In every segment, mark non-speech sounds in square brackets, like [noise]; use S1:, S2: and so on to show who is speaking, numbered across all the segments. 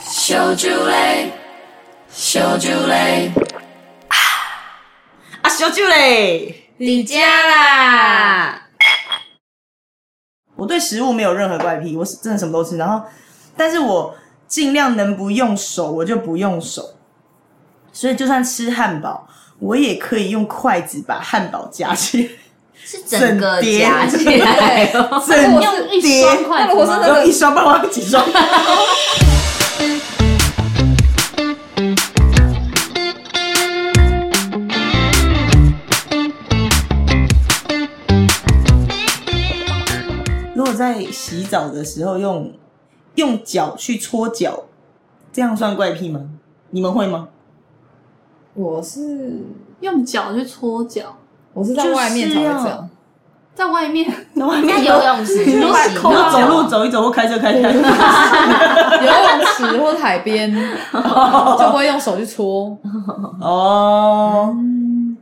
S1: 小酒类，小酒类，
S2: 啊，小舅嘞！
S1: 你家啦！
S2: 我对食物没有任何怪癖，我是真的什么都吃。然后，但是我尽量能不用手，我就不用手。所以，就算吃汉堡，我也可以用筷子把汉堡夹起来。
S3: 是整个夹起来哦。
S2: 整
S3: 我用一
S2: 碟
S3: 双筷子
S1: 那我是
S3: 吗？
S2: 用一双半碗几双。如果在洗澡的时候用用脚去搓脚，这样算怪癖吗？你们会吗？
S4: 我是
S5: 用脚去搓脚，
S4: 我是在外面才会这样，
S5: 在外面
S2: 在外
S3: 在
S2: 面
S3: 游泳池
S2: 你
S3: 洗
S2: 走
S3: 澡
S2: 路走一走或开车开开，
S4: [laughs] 游泳池或海 [laughs] 边就不会用手去搓。
S2: 哦，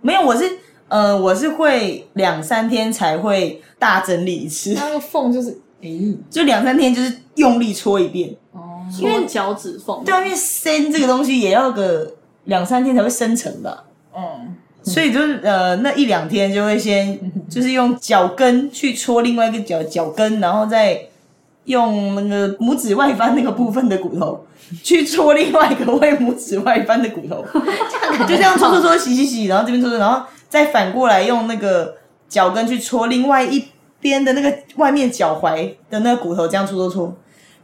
S2: 没有，我是呃，我是会两三天才会大整理一次， [laughs]
S4: 那个缝就是哎诶，
S2: 就两三天就是用力搓一遍。
S4: 哦，
S5: 因为脚趾缝，
S2: 对啊，因为生这个东西也要个两三天才会生成吧，
S4: 嗯，
S2: 所以就是呃那一两天就会先 [laughs] 就是用脚跟去搓另外一个脚脚跟，然后再用那个拇指外翻那个部分的骨 [laughs] 头去搓另外一个位拇指外翻的骨头。就 [laughs] 这样搓搓搓洗洗洗，然后这边搓搓，然后再反过来用那个脚跟去搓另外一边的那个外面脚踝的那个骨头，这样搓搓搓，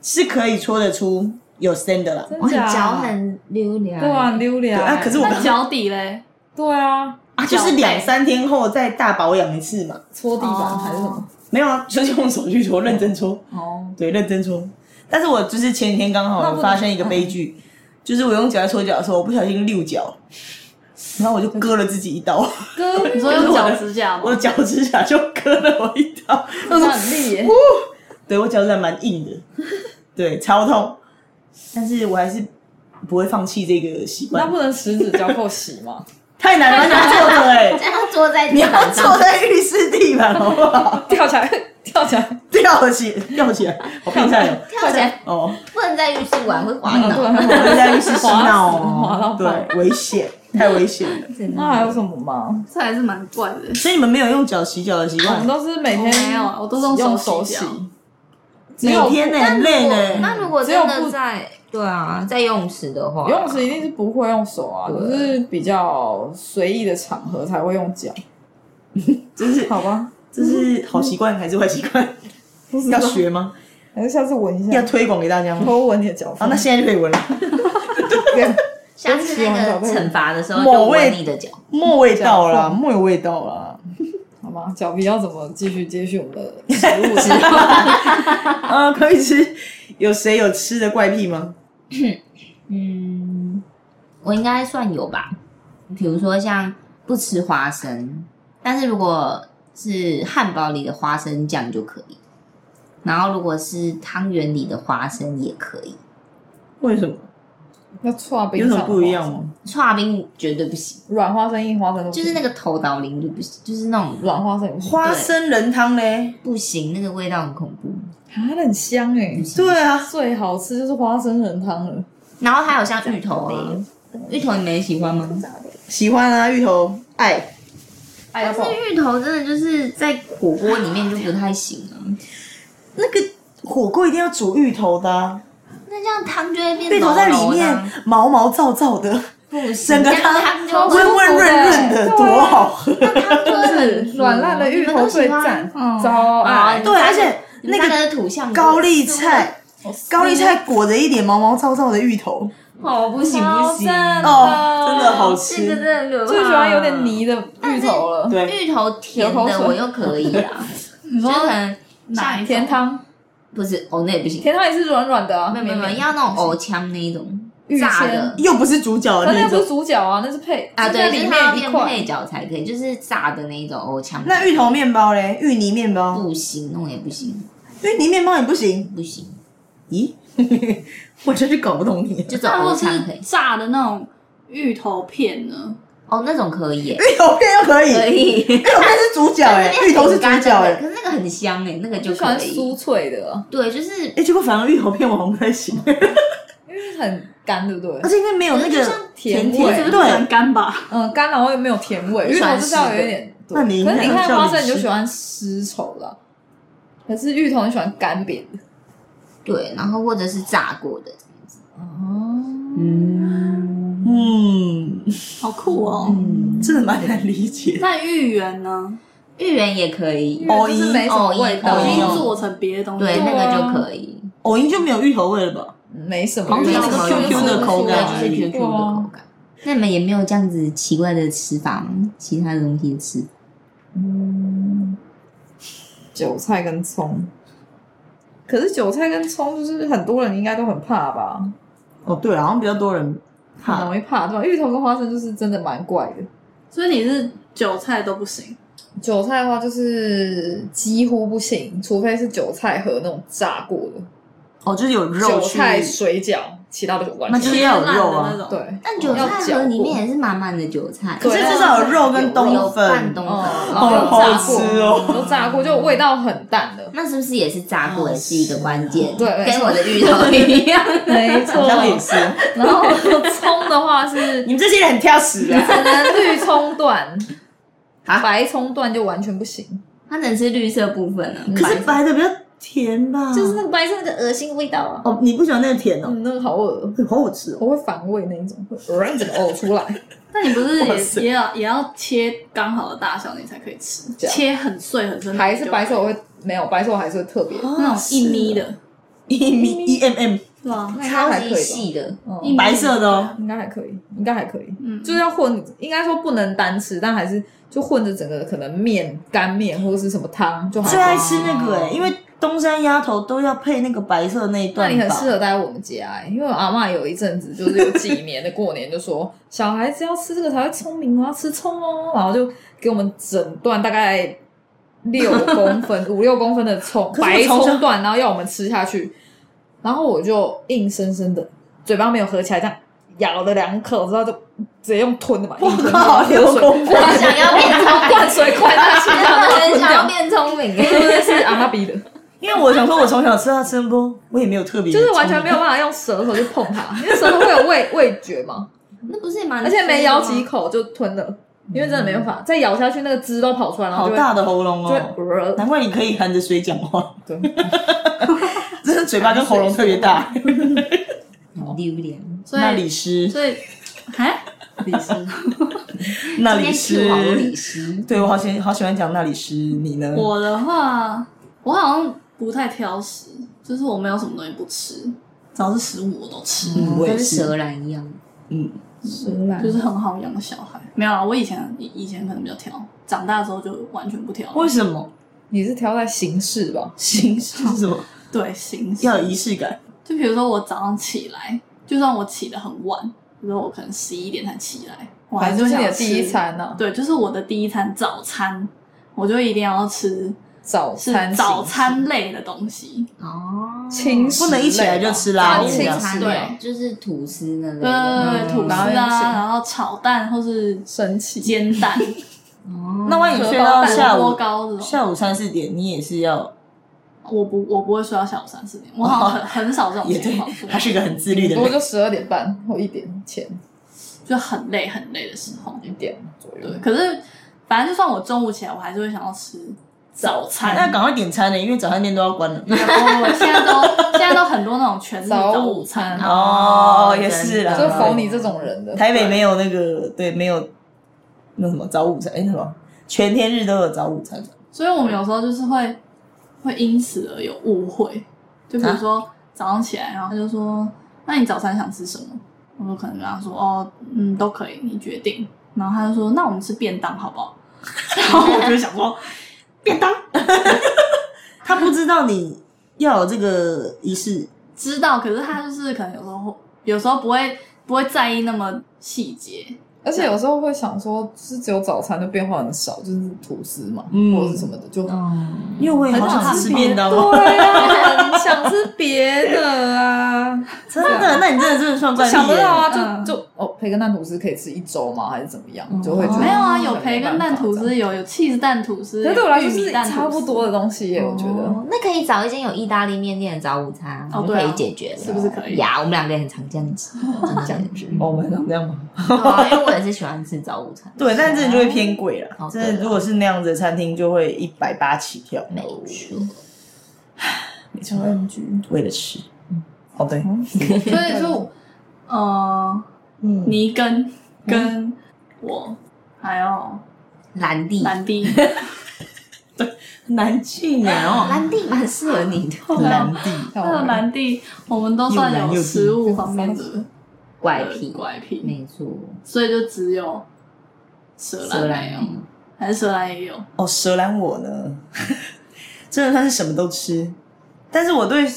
S2: 是可以搓得出有 stand 的啊啦。
S3: 我
S4: 真
S3: 很
S4: 假？
S3: 脚很溜达。
S4: 对啊，很溜达。
S2: 啊，可是我
S5: 那脚底嘞，
S4: 对啊，
S2: 啊，就是两三天后再大保养一次嘛。
S4: 搓地板
S5: 哦
S4: 还是什么？
S2: 没有啊，就是用手去搓，认真搓，
S4: 哦，
S2: 对，认真搓。但是我就是前几天刚
S4: 那
S2: 好
S4: 不
S2: 有
S4: 能
S2: 发生一个悲剧，就是我用脚在搓脚的时候，我不小心溜脚，然后我就割了自己一刀，
S4: 哥，
S5: 你说用脚趾甲
S2: 我
S5: 吗
S2: 的？脚趾甲就割了我一刀。
S4: 那很厉耶。
S2: 对我脚趾还蛮硬的，对，超痛。但是我还是不会放弃这个习
S4: 那
S2: 惯，
S4: 不能十指交扣洗吗？ [laughs]
S2: 太难了，你要坐着哎、
S3: 这样坐在
S2: 你
S3: 地
S2: 要
S3: 板
S2: 坐
S3: 上，
S2: 在浴室地板好不 [laughs] 好？
S4: 跳起来， [laughs] 跳起来，
S2: 吊起，吊起来，好变态哦！
S3: 跳起来
S2: 哦，
S3: 不能在浴室玩，会滑
S4: 嗯
S3: 倒。
S2: 我
S4: 对，
S2: 们在浴室洗脑
S4: 滑到
S2: 哦，
S4: 爆
S2: 对，危险，太危险了。
S3: 真
S4: 那
S3: 的
S4: 还有什么吗？
S5: 这还是蛮怪
S2: [laughs]
S5: 的。
S2: 所以你们没有用脚洗脚的习
S4: 我们
S2: 惯，
S4: 都是每天
S5: 我没有我都是用
S4: 用
S5: 手
S4: 手
S5: 洗
S4: 洗
S5: 脚，
S4: 只
S2: 每
S4: 有
S2: 天呢、很累呢、
S3: 那如果
S4: 只有
S3: 真
S4: 不
S3: 的在对啊，在游泳池的话，
S4: 游泳池一定是不会用手啊，就是比较随意的场合才会用脚，
S2: 真是
S4: 好吧？
S2: 这是好习惯还是坏习 [laughs] 惯？
S4: 不知道
S2: 要，学吗？
S4: 还哎是下次闻一
S2: 要
S4: 下，
S2: 推广给大家吗？
S4: 偷闻你的脚
S2: 啊，
S4: 缝。
S2: 那现在就可以闻了，
S3: 下次那个惩罚的时候就
S2: 某位
S3: 闻你的脚，
S2: 没味道啦，
S4: 脚缝
S2: 没有味道啦。
S4: [laughs] 好吗？脚皮要怎么继续接续我们
S2: [laughs]
S4: 的食物 [laughs] 计划？
S2: 啊，可以吃。有谁有吃的怪癖吗？
S3: 嗯，我应该算有吧。比如说像不吃花生，但是如果是汉堡里的花生酱就可以，然后如果是汤圆里的花生也可以，
S2: 为什么？
S4: 那串冰
S2: 有什么
S4: 上
S2: 不一样？吗？
S3: 刨冰绝对不行，
S4: 软花生、硬花生都不
S3: 就是那
S4: 个
S3: 个头倒淋就不行，就是那种
S4: 软花生也不行
S2: 花生仁汤嘞？
S3: 不行，那个味道很恐怖。
S4: 啊，那很香哎、
S2: 对啊，
S4: 最好吃就是花生仁汤了。
S3: 然后还有像芋头类，芋头你们也喜欢吗？
S2: 喜欢啊，芋头爱。
S5: 哎
S3: 但是芋头真的就是在火锅里面就不太行啊，
S2: 那个火锅一定要煮芋头的、啊，
S3: 那这样汤就会变
S2: 芋头在里
S3: 浓
S2: 面
S3: [laughs] 浓的啊，
S2: 毛毛躁躁的，
S3: 不行，
S2: 整个
S3: 这样
S2: 汤
S3: 汤就
S2: 温温润润的，多好喝。
S3: 汤就会
S2: 嗯
S3: 很浓
S4: 软烂的芋头最赞
S3: 你们都喜欢，
S4: 超爱
S3: 哦。
S2: 对，而且
S3: 你
S2: 那
S3: 们
S2: 个
S3: 的土象
S2: 高丽菜，高丽菜裹着一点毛毛躁躁的芋头，
S3: 哦，不行不行，
S2: 哦，真的好
S3: 这个真
S2: 吃。
S3: 的很可怕
S4: 最喜欢有点。泥的芋头了。
S2: 对，
S3: 芋头甜
S4: 流口
S3: 的
S4: 水
S3: 我又可以啊，
S4: 你
S3: 就可能
S5: 哪一
S4: 甜
S5: 种？
S4: 汤，
S3: 不是哦，那也不行，
S4: 甜汤也是软软的啊，
S3: 没有没有没有，要那种藕腔那一种
S4: 芋
S3: 炸
S4: 签
S3: 的
S2: 又不是主角
S4: 可
S2: 的
S4: 是那
S2: 那
S4: 不是
S2: 种。
S4: 主角啊，那是配
S3: 啊，
S4: 就是在
S3: 对，
S4: 里
S3: 就是它要
S4: 面一
S3: 变
S4: 块
S3: 配。角才可以，就是炸的那一种藕腔。
S2: 那芋头面包嘞？芋泥面包，
S3: 不行，那种也不行，
S2: 芋泥面包也不行。
S3: 不行，
S2: 咦， [laughs] 我真是搞不懂你。
S3: 就只有
S5: 那如
S3: 藕
S5: 果
S3: 腔可
S5: 是
S3: 以。
S5: 炸的那种芋头片呢？
S3: 哦，那种可以耶，
S2: 芋头片又可以，
S3: 可
S2: 芋
S3: 以。
S2: 头片是主
S3: [laughs]
S2: 角哎、芋头是主角哎、
S3: 可
S2: 欸。
S3: 是那个很香哎，那个就
S4: 就喜欢
S3: 可
S4: 酥
S3: 以。
S4: 脆的，
S3: 对，就是
S2: 哎、结果反而芋头片我好像不太行，
S4: 因为很干，对不对
S2: 而？且因为没有那
S4: 就
S2: 个
S4: 像甜
S2: 甜
S4: 味
S5: 这个不
S2: 对
S5: 能，干吧？
S4: 嗯，干然后又没有甜味，芋头就是要有一点多。
S2: 那你
S4: 可是你
S2: 应该
S4: 看
S2: 叫
S4: 花
S2: 你
S4: 生，你就
S2: 吃
S4: 喜欢湿稠的啊，可是芋头你喜欢干扁的。
S3: 对，然后或者是炸过的，
S4: 哦，
S3: 嗯，
S2: 嗯，
S5: 好酷哦！
S4: 嗯
S2: 真的蛮难理解。
S5: 那芋圆呢？
S3: 芋圆也可以，
S2: 藕
S4: 就是
S2: 泥
S4: 没什么
S3: 藕泥
S4: 味道
S3: 藕
S5: 已经
S3: 泥
S5: 做成别的东西，
S3: 对，那
S4: 啊
S3: 个就可以，
S2: 藕泥就哦没有芋头味了吧？
S4: 没什么
S2: 好像
S4: 味
S2: 就
S4: 道，
S2: 是那
S4: 啊
S2: 个
S3: 对
S2: QQ 的口感
S3: 就是 QQ 的口感。那你们也没有这样子奇怪的吃法吗？其他的东西吃法？
S4: 韭菜跟葱。可是韭菜跟葱，就是很多人应该都很怕吧，
S2: 哦，对啊，好像比较多人
S4: 很
S2: 怕。
S4: 容易怕对吧？芋头跟花生就是真的蛮怪的。
S5: 所以你是韭菜都不行，
S4: 韭菜的话就是几乎不行，除非是韭菜和那种炸过的
S2: 哦，就是有肉
S4: 韭
S2: 去，
S4: 菜水饺，其他的完
S2: 那
S4: 全
S2: 就是要有肉啊
S5: 烂的那种。
S4: 对，
S3: 但韭菜
S4: 要
S3: 盒
S4: 搅
S3: 里
S4: 过
S3: 面也是满满的韭菜，
S2: 可是
S4: 对
S2: 至少有肉跟
S3: 有
S2: 冬
S3: 拌
S2: 粉。
S3: 冬粉，
S4: 哦，然
S3: 然后
S4: 后
S3: 有，
S2: 好
S4: 又炸
S2: 好
S4: 过，嗯
S2: 吃哦
S4: 都炸过，就味道很淡的
S3: 那是不是也是炸过
S2: 哦
S3: 也是一个关键？
S4: 是对
S3: 跟我的芋头一样。
S4: 没
S2: 好像也是，
S4: 然后葱的话是
S2: [laughs] 你们这些人很挑食啊！
S4: 只能绿葱 [laughs] 段，白葱段就完全不行，嗯
S3: 它能吃绿色部分呢，
S2: 可是白的比较甜吧？
S4: 就是那个白色那个恶心味道啊，
S2: 哦，你不喜欢那个甜哦，
S4: 嗯，那个好恶，
S2: 好好吃哦。
S4: 我会反胃那一种，会呃整个呕出来，
S5: 那你不是
S2: 哇塞
S5: 也也要也要切刚好的大小你才可以吃，
S4: 这样
S5: 切很碎很碎，
S4: 还是白色我会没有白色我还是会特别，
S5: 那种一咪的，
S2: 一米一 mm，
S5: 是吧？
S4: 那应该
S3: 超
S4: 还可
S3: 级
S4: 以吧，
S3: 细的，
S5: 一
S4: 嗯
S5: 咪
S2: 白色的哦。
S4: 应该还可以，应该还可以，
S5: 嗯
S4: 就是要混，应该说不能单吃，但还是就混着整个可能面干面或者是什么汤就还
S2: 最
S4: 可
S2: 爱
S4: 以。
S2: 吃那个哎、因为东山鸭头都要配那个白色那一
S4: 那
S2: 段吧。
S4: 你很适合待在我们家、欸，因为我阿嬷有一阵子就是有几年的过年就说 [laughs] 小孩子要吃这个才会聪明哦，要吃葱哦，然后就给我们整段大概六公 [laughs] 分、五六公分的葱
S2: 是我
S4: 白
S2: 从小
S4: 葱段，然后要我们吃下去，然后我就硬生生的嘴巴没有合起来，这样咬了两口之后就直接用吞的嘛，硬吞
S2: 靠
S4: 然后
S2: 六公分
S4: 喝水
S3: 我想要变聪明
S4: 灌水灌下去，
S3: 真
S4: 然后
S3: 的很
S4: 吞
S3: 想要
S4: 掉。
S3: 变聪明
S4: [laughs] 真的是阿妈逼的，
S2: [laughs] 因为我想说，我从小吃到吃播，我也没有特别，
S4: [laughs] 就是完全没有。办法用舌头去碰它，因为舌头会有味味觉嘛。
S3: 那不是蛮
S4: 而且没咬几
S3: 嗯
S4: 口就吞了，因为真的没办法，再咬下去那个汁都跑出来，然后
S2: 好
S4: 就
S2: 大
S4: 会
S2: 的喉咙
S4: 就会
S2: 哦，
S4: 呃
S2: 难怪你可以含着水讲话，
S4: 对，
S2: 真的嘴巴跟喉咙特别大。
S3: 很丢脸。
S5: 所
S2: 那
S5: 以
S2: 里师，
S5: 所以，哎，
S3: 李师，
S2: 那
S3: 今
S2: 里
S3: 天 Q 好李
S2: 师，
S3: 师，
S2: 对我好喜好喜欢讲那里师，你呢？
S5: 我的话，我好像不太挑食，就是我没有什么东西不吃，只要是食物我都吃，
S2: 嗯，我也
S3: 跟
S2: 是，
S3: 蛇兰一样。
S2: 嗯，
S5: 就是很好养的小孩。没有啊，我以前以以前可能比较挑，长大之后就完全不挑了。
S2: 为什么？
S4: 你是挑在形式吧？
S2: 形式是什么？
S5: 对，行，
S2: 要有仪式感。
S5: 就比如说我早上起来，就算我起得很晚，比如说我可能十一点才起来，我还
S4: 反
S5: 是
S4: 正
S5: 会
S4: 是
S5: 想
S4: 你
S5: 要
S4: 的
S5: 吃
S4: 第一。餐啊呢，
S5: 对，就是我的第一餐早餐，我就一定要吃
S4: 早
S5: 是
S4: 餐形式
S5: 早餐类的东西。
S3: 哦，
S4: 轻食
S2: 不能一起来就吃啦
S4: 类
S3: 早
S4: 吧
S2: 我跟你
S3: 午
S2: 讲
S3: 餐
S5: 对
S3: 就是吐司那类
S5: 对
S3: 的。
S5: 对对，吐司
S4: 然
S5: 啊，
S4: 后一起
S5: 然后炒蛋或是
S4: 神奇，
S5: 煎蛋、
S3: 哦
S2: 那万一你睡到下
S5: 蛋锅
S2: 午
S5: 糕这种。
S2: 下午三四点，你也是要
S5: 我不，我不会睡到下午三四点，我好像很很少这种
S2: 也
S5: 情
S2: 对
S5: 况，，
S2: 他是个很自律的
S4: 不过
S2: 人。
S4: 就十二点半或一点前
S5: 就很累很累的时候。
S4: 一点左右
S5: 对，，可是反正就算我中午起来，我还是会想要吃早餐。
S2: 那赶快点餐呢，因为早餐店都要关了。
S5: [laughs] 哦，现在都现在都很多那种全日
S4: 早
S5: 早
S4: 午
S5: 午
S4: 餐
S5: 餐，
S2: 哦也是啦
S4: 就否你这种人的，
S2: 台北没有那个，对，没有那什么早午餐，哎、那什么全天日都有早午餐。
S5: 所以我们有时候就是会会因此而有误会。就比如
S4: 啊
S5: 说早上起来，然后他就说：“那你早餐想吃什么？”我就可能跟他说：“哦，嗯，都可以，你决定。”然后他就说：“那我们吃便当好不 [laughs] 好？”然后我就想说，
S2: 便当，他不知道你要有这个仪式，
S5: 知道，可是他就是可能有时候有时候不会不会在意那么细节，
S4: 而且有时候会想说，是只有早餐就变化很少，就是吐司嘛，
S2: 嗯
S4: 或者是什么的，就
S3: 嗯，
S4: 啊
S2: 因为我也好想吃便当哦。
S4: 对啊，很想吃别的啊。
S2: 真的？那你真的真的算怪力
S4: 想不
S2: 耶
S4: 到啊，
S5: 嗯
S4: 就就哦，培根蛋吐司可以吃一周吗？还是怎么样？就会觉得
S5: 没有啊，有
S4: 很
S5: 培根
S4: 哦办
S5: 蛋
S4: 法
S5: 吐
S4: 这样，
S5: 司，有有 cheese 蛋吐司，
S4: 可是对我来说
S5: 有玉
S4: 是
S5: 米蛋吐司
S4: 差不多的东西耶，我觉得。
S3: 哦那可以找一间有意大利面店的早午餐，我
S5: 哦
S3: 们
S5: 对
S3: 可
S5: 啊
S3: 以解决了，
S5: 是不是可以
S3: 呀，我们两个也很常这样
S5: [laughs]
S3: 子，真的这样子。
S2: 哦，我们能这样吗？
S3: 对啊因为我也是喜欢吃早午餐。
S2: 对，但真的就会偏贵了。
S3: 哦
S2: 真的，
S3: 对啊
S2: 如果是那样子的餐厅，就会一百八起跳。
S3: 没错，
S2: 没错，为了吃。哦，对，
S5: 所以就呃，
S2: 嗯，
S5: 尼根
S4: 嗯
S5: 跟我还有
S3: 兰蒂，
S5: 兰蒂，
S2: 难进
S5: 哦
S2: 啊，
S3: [laughs] 兰蒂蛮适合你的，
S2: 哦，难地。
S4: 像
S5: 还有
S4: 我 [laughs]
S5: 兰蒂，我们都算
S2: 又蓝又
S5: 有
S2: 低
S5: 食物方面的
S3: 怪癖，嗯
S5: 怪癖，
S3: 没错，
S5: 所以就只有蛇
S3: 蛇
S5: 兰没哦有
S3: 兰，哦蒂
S5: 还是蛇兰也有，
S2: 哦，蛇兰我呢，真的算是什么都吃，但是我对，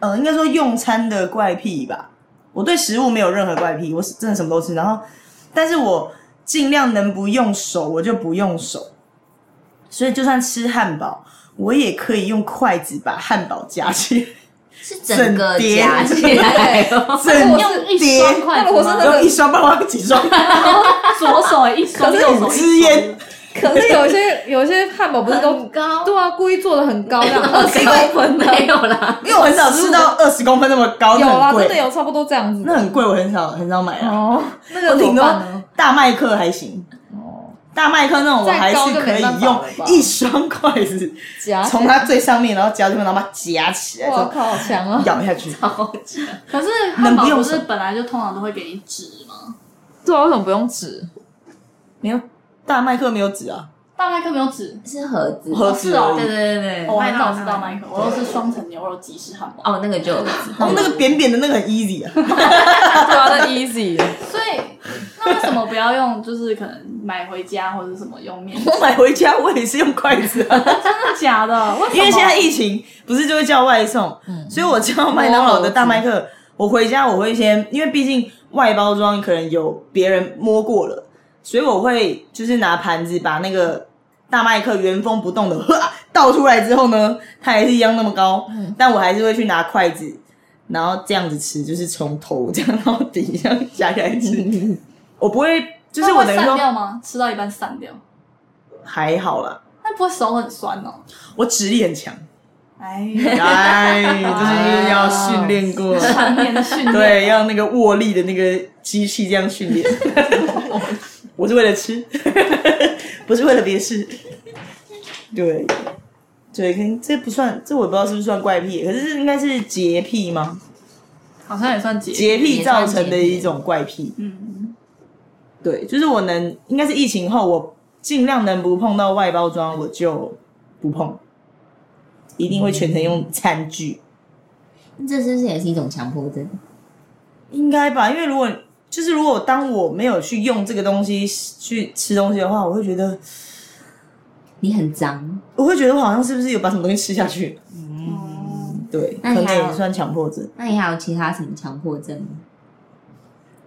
S2: 呃，应该说用餐的怪癖吧，我对食物没有任何怪癖，我是真的什么都吃，然后，但是我尽量能不用手我就不用手，所以就算吃汉堡，我也可以用筷子把汉堡夹起来，
S3: 是整个
S2: 整碟
S5: [laughs]
S3: 夹起来哦。 [laughs]
S2: 整
S5: 一
S2: 碟，
S5: 双筷子
S4: 那如果是那
S5: 吗
S4: 个
S2: 用一双半碗几双，
S5: 左手一双，
S4: 可是
S5: 右手一
S2: 支烟
S5: [laughs] 双，
S4: 可是有一些有一些汉堡不是都
S3: 很高
S4: 对啊，故意做的很高，这样哦
S3: 二
S4: 二
S3: 十
S4: 十
S3: 公
S4: 公
S3: 分
S4: 分的，
S3: 没有啦，
S2: 因为我很少吃到二十公分那么高，
S4: 有
S2: 那
S4: 啦，
S2: 很
S4: 真的
S2: 贵，
S4: 有差不多这样子的。
S2: 那很贵，我很少很少买啊。
S4: 哦，那
S2: 我
S4: 个怎
S2: 顶
S4: 么
S2: 多
S4: 办呢？
S2: 大麦克还行，
S4: 哦，
S2: 大麦克那种我还
S4: 再高
S2: 是
S4: 就
S2: 可
S4: 没办
S2: 以
S4: 法了
S2: 用
S4: 吧
S2: 一双筷子
S4: 夹起来
S2: 从它最上面，然后夹住，然后把它夹起来，
S4: 哇
S2: 然后
S4: 靠，好强啊！
S2: 咬下去。
S3: 好吃
S5: 可是
S2: 能
S5: 汉
S2: 不
S5: 堡
S2: 用
S5: 不是
S2: 手
S5: 本来就通常都会给你纸吗？
S4: 对啊，为什么不用纸？
S2: 没有大麦克没有纸啊，
S5: 大麦克没有纸，
S3: 是盒子，
S2: 盒子
S5: 是哦
S3: 对
S2: 而已。
S3: 对对对，
S5: 我
S3: 麦
S5: 很少
S3: 当
S5: 吃
S3: 劳
S5: 到麦克，我都是双层牛肉吉士汉堡。
S3: 哦，那个就有纸
S2: 哦，那个扁扁的那个很 easy 啊，
S4: 对啊，那 easy
S5: 所以那为什么不要用？就是可能买回家或者什么用
S2: [laughs]
S5: 面？
S2: 我买回家我也是用筷子啊，
S5: 真的假的？为什么
S2: 因为现在疫情不是就会叫外送，所以我叫麦当劳的大麦克，我回家我会先，因为毕竟外包装可能有别人摸过了，所以我会就是拿盘子把那个大麦克原封不动的倒出来之后呢，它还是一样那么高，但我还是会去拿筷子，然后这样子吃，就是从头这样到底这样夹起来吃，我不会，就是我等
S5: 那会
S2: 于
S5: 散
S2: 说
S5: 掉吗？吃到一半散掉，
S2: 还好啦，
S5: 那不会手很酸哦？
S2: 我指力很强，
S5: 哎，
S2: 哎，这是要训练过。
S5: 常年的 [laughs] 训练，
S2: 对，要那个握力的那个机器这样训练。我是为了吃，不是为了别事。对，对，跟这不算，这我不知道是不是算怪癖，可是应该是洁癖吗？
S5: 好像也算解。
S2: 洁癖造成的一种怪癖。
S5: 嗯，
S2: 对，就是我能，应该是疫情后，我尽量能不碰到外包装，我就不碰，一定会全程用餐具。
S3: 这是不是也是一种强迫症？
S2: 应该吧，因为如果就是如果当我没有去用这个东西去吃东西的话，我会觉得，
S3: 你很脏，
S2: 我会觉得我好像是不是有把什么东西吃下去？ [laughs]
S5: 哦
S2: 对，
S3: 那
S2: 可
S3: 你
S2: 能
S3: 还有
S2: 也算强迫症。
S3: 那你还有其他什么强迫症吗？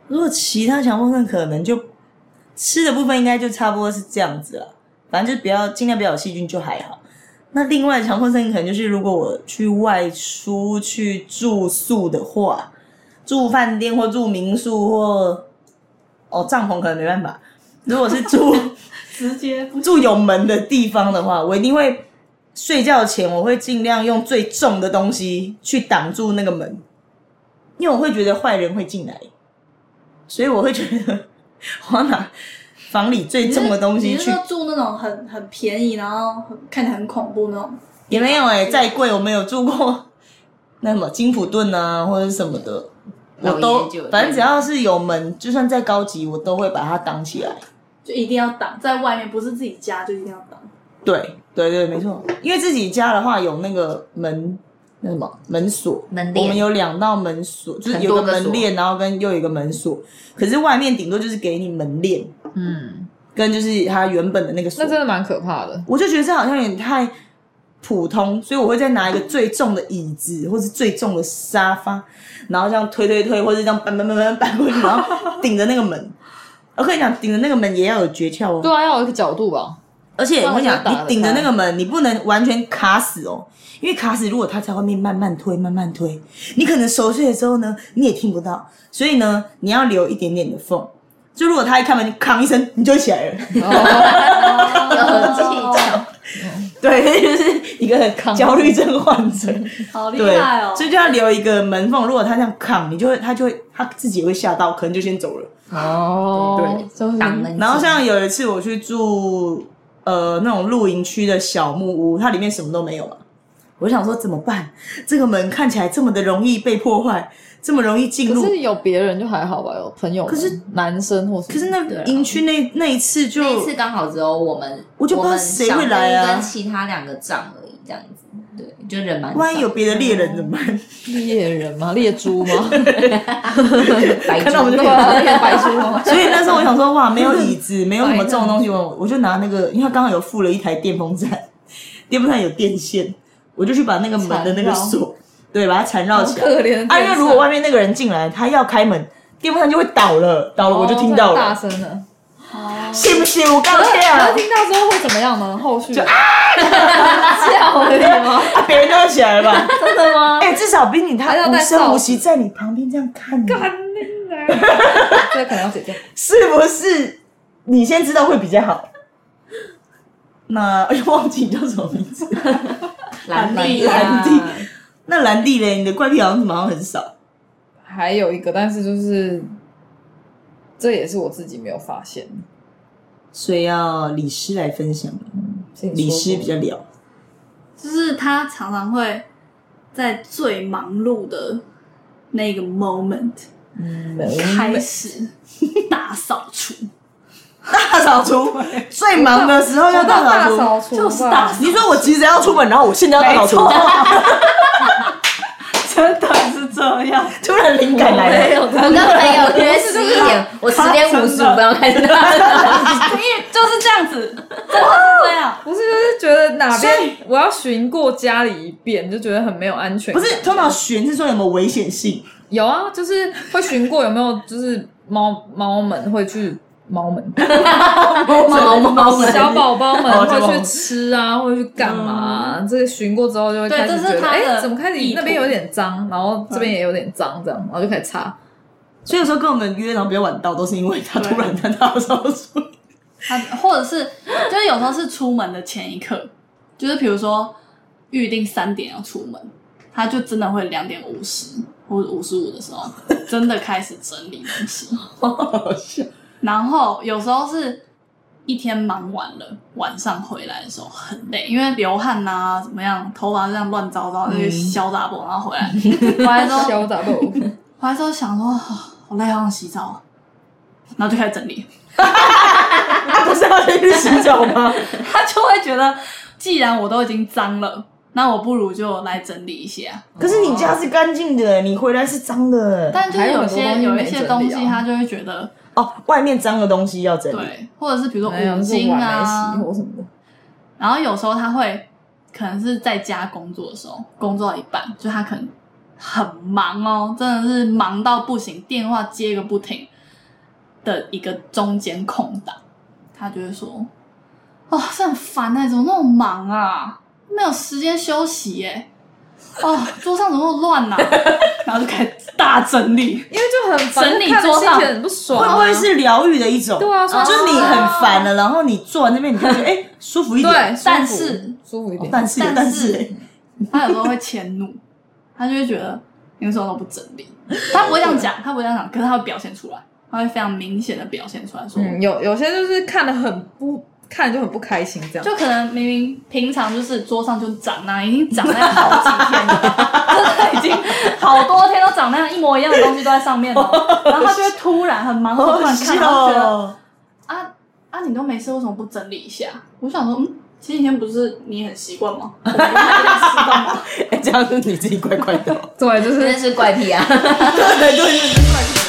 S2: 如果其他强迫症可能就吃的部分应该就差不多是这样子了，反正就不要尽量不要有细菌就还好。那另外强迫症可能就是如果我去外出去住宿的话，住饭店或住民宿或哦帐篷可能没办法。如果是住
S5: 直接不
S2: 住有门的地方的话，我一定会睡觉前，我会尽量用最重的东西去挡住那个门，因为我会觉得坏人会进来，所以我会觉得 [laughs] 我要拿房里最重的东西
S5: 你是
S2: 去
S5: 说。住那种很很便宜，然后很看起来很恐怖那种？
S2: 也没有哎、再贵我没有住过那什么金普顿啊或者是什么的，我
S3: 老
S2: 都
S3: 爷就有
S2: 反正只要是有门，就算再高级，我都会把它挡起来。
S5: 就一定要挡在外面，不是自己家就一定要挡。
S2: 对对对，没错，因为自己家的话有那个门，那什么门锁，
S3: 门
S2: 我们
S3: 帘
S2: 有两道门锁，就是
S3: 很
S2: 有一个
S3: 多个
S2: 门
S3: 锁
S2: 链，然后跟又有一个门锁。可是外面顶多就是给你门链，
S3: 嗯，
S2: 跟就是它原本的那个锁
S4: 那。真的蛮可怕的。
S2: 我就觉得这好像有点太普通，所以我会再拿一个最重的椅子或是最重的沙发，然后这样推推推，或是这样搬搬搬搬搬过去，然后顶着那个门。我跟你讲，顶着那个门也要有诀窍哦。
S4: 对啊，要有一个角度吧。
S2: 而且我跟你讲
S4: 不然我就，打了
S2: 你顶着那个门，你不能完全卡死哦，因为卡死，如果他在外面慢慢推、慢慢推，你可能熟睡的时候呢，你也听不到，所以呢，你要留一点点的缝。就如果他一开门，哐一声，你就起
S4: [laughs]
S2: 来了。
S4: 哦
S5: 哦
S3: 有技巧，
S2: 对，就是一个焦虑症患者。
S5: 好厉
S2: 对
S5: 害哦，！
S2: 所以就要留一个门缝。如果他这样扛，你就会，他就会，他自己也会吓到，可能就先走了。
S4: 哦，就是
S3: 挡人。
S2: 然后像有一次我去住呃那种露营区的小木屋，它里面什么都没有嘛，我就想说怎么办？这个门看起来这么的容易被破坏，这么容易进
S4: 可
S2: 入。
S4: 是有别人就还好吧，有朋友们，
S2: 可是
S4: 男生或
S2: 可是那
S3: 对啊
S2: 营区那那一次就
S3: 那一次刚好只有我们，
S2: 我就不知道
S3: 们
S2: 谁会来啊
S3: 小妹跟其他两个仗而已，这样子，对，就人蛮少。
S2: 万一有别的猎人怎么办？ [laughs]
S4: 猎人吗？猎猪吗？
S3: 白
S2: 看到我们就
S4: 对啊，猎 [laughs] 白猪吗？
S2: [laughs] 所以那时候我想说，哇，没有椅子，没有什么这种东西，我我就拿那个，因为他刚好有附了一台电风扇，电风扇有电线，我就去把那个门的那个
S4: 缠
S2: 锁，对，把它缠绕起来。
S4: 可怜
S2: [laughs]
S4: 的
S2: 啊，因为如果外面那个人进来，他要开门，电风扇就会倒了，倒了我就听到
S4: 哦太大
S2: 了，
S4: 声了。
S5: 哦
S2: 信不信？我告诉你
S4: [laughs] 那
S2: 啊，
S4: 听到之后会怎么样呢？后续就啊， [laughs] 笑而已吗？
S2: [laughs] 啊别人都要起来了吧？
S4: [laughs] 真的吗？
S2: 哎，至少比你
S4: 还
S2: 他
S4: 要
S2: 无
S4: 戴
S2: 声
S4: 哨
S2: 无
S4: 子
S2: 息在你旁边这样看你，
S4: 这个可能要剪掉。
S2: 是不是？你先知道会比较好。那哎忘记你叫什么名
S4: [laughs]
S2: 字。
S3: 兰弟，
S2: 兰弟那兰弟嘞，你的怪癖好像怎么好像很少？
S4: 还有一个，但是就是这也是我自己没有发现的。
S2: 所以要李师来分享，
S4: 是你
S2: 李
S4: 说
S2: 师
S4: 过
S2: 比较了。
S5: 就是他常常会在最忙碌的那个 moment 开始大扫除，
S2: 大扫
S4: [laughs]
S2: 除最忙的时候要
S4: 我到
S2: 大
S4: 大
S2: 扫除。
S4: 扫除吧，
S5: 啊就是大扫
S2: 你说我急着要出门，然后我现在要大扫除，
S5: [laughs] 真的是这样。
S2: 突然灵感来了。
S3: 我跟朋友约十一
S2: [laughs]
S3: 点，我十点五十五分要开始
S2: 啊
S3: 打。
S5: 啊因为就是这样子，真的是这样。
S4: 不是就是觉得哪边我要巡过家里一遍，就觉得很没有安全
S2: 不
S4: 感。
S2: 是，通常寻是说有没有危险性？
S4: 有啊，就是会巡过有没有就是猫猫们会去猫
S5: [laughs]
S4: 们
S3: 猫猫们
S4: 小宝宝
S2: 哦
S4: 们
S2: 小宝
S4: 会去吃啊，会去干嘛啊、这个巡过之后就会
S5: 嗯对
S4: 开始
S5: 这
S4: 觉
S5: 是
S4: 得
S5: 他的
S4: 哎、怎么开
S5: 意
S4: 始
S5: 图
S4: 那边有点脏，然后这边也有点脏，这样然后就开始擦。
S2: 所以有时候跟我们约，然后比较晚到，都是因为他突然在大扫 [laughs] 除。
S5: 他或者是就是有时候是出门的前一刻，就是比如说预定三点要出门，他就真的会两点五十或者五十五的时候，真的开始整理东西。然后有时候是一天忙完了，晚上回来的时候很累，因为流汗呐、怎么样，头发这样乱糟糟，那就消杂不，然后回来，回来之后
S4: 消打豆，
S5: [laughs] 回来之后想说，哦好累，好想洗澡哦，然后就开始整理。
S2: 他不是要先去洗澡 [laughs] 吗？
S5: 他就会觉得，既然我都已经脏了，那我不如就来整理一下。
S2: 可是你家是干净的，你回来是脏的。
S5: 但就是有些
S4: 还有
S5: 有
S4: 很多东西没
S5: 一些东
S4: 整
S5: 西，
S4: 理啊
S5: 他就会觉得，
S2: 哦，外面脏的东西要整理。
S5: 对，或者是比如说
S4: 没有
S5: 五
S4: 就是
S5: 金
S4: 碗没洗
S5: 啊，
S4: 哎或什么的。
S5: 然后有时候他会可能是在家工作的时候，工作到一半，就他可能很忙哦，真的是忙到不行，电话接个不停的一个中间空档，他就会说：“哦，这很烦哎、怎么那么忙啊？没有时间休息耶、哦，桌上怎么那么乱呐、 [laughs] 然后就开始大整理，
S4: 因为就很烦，
S5: 整理
S4: 看着
S5: 桌
S4: 心
S5: 上
S4: 情很不爽、
S2: 会
S4: 啊。
S2: 不会是疗愈的一种？
S4: 对啊，所以
S2: 就是你很烦了，然后你做完那边，你就 [laughs] 觉得哎、舒服一点。
S4: 对，舒服
S5: 但是
S4: 舒服一
S2: 哦
S4: 点，
S2: 但是
S5: 但
S2: 但
S5: 是
S2: 是
S5: 他有时候会迁怒， [laughs] 他就会觉得你为什么都不整理？他不会这样讲，他不会这样讲，可是他会表现出来，他会非常明显的表现出来说，
S4: 嗯，有有些就是看的很不，看着就很不开心这样。
S5: 就可能明明平常就是桌上就长那样，已经长那样好几天了，真的已经好多天都长那样一模一样的东西都在上面了，然后他就会突然很
S2: [laughs]
S5: 忙，
S2: 好
S5: 突然看，然后觉得
S2: [laughs] 哦，
S5: 啊啊，你都没事，为什么不整理一下？我想说，嗯，前几天不是你很习惯吗？我没有习惯吗？
S2: 哎、这样是你自己怪怪的哦。
S4: 对，就是
S3: 真的是怪癖啊！
S2: [laughs] 对对对，对对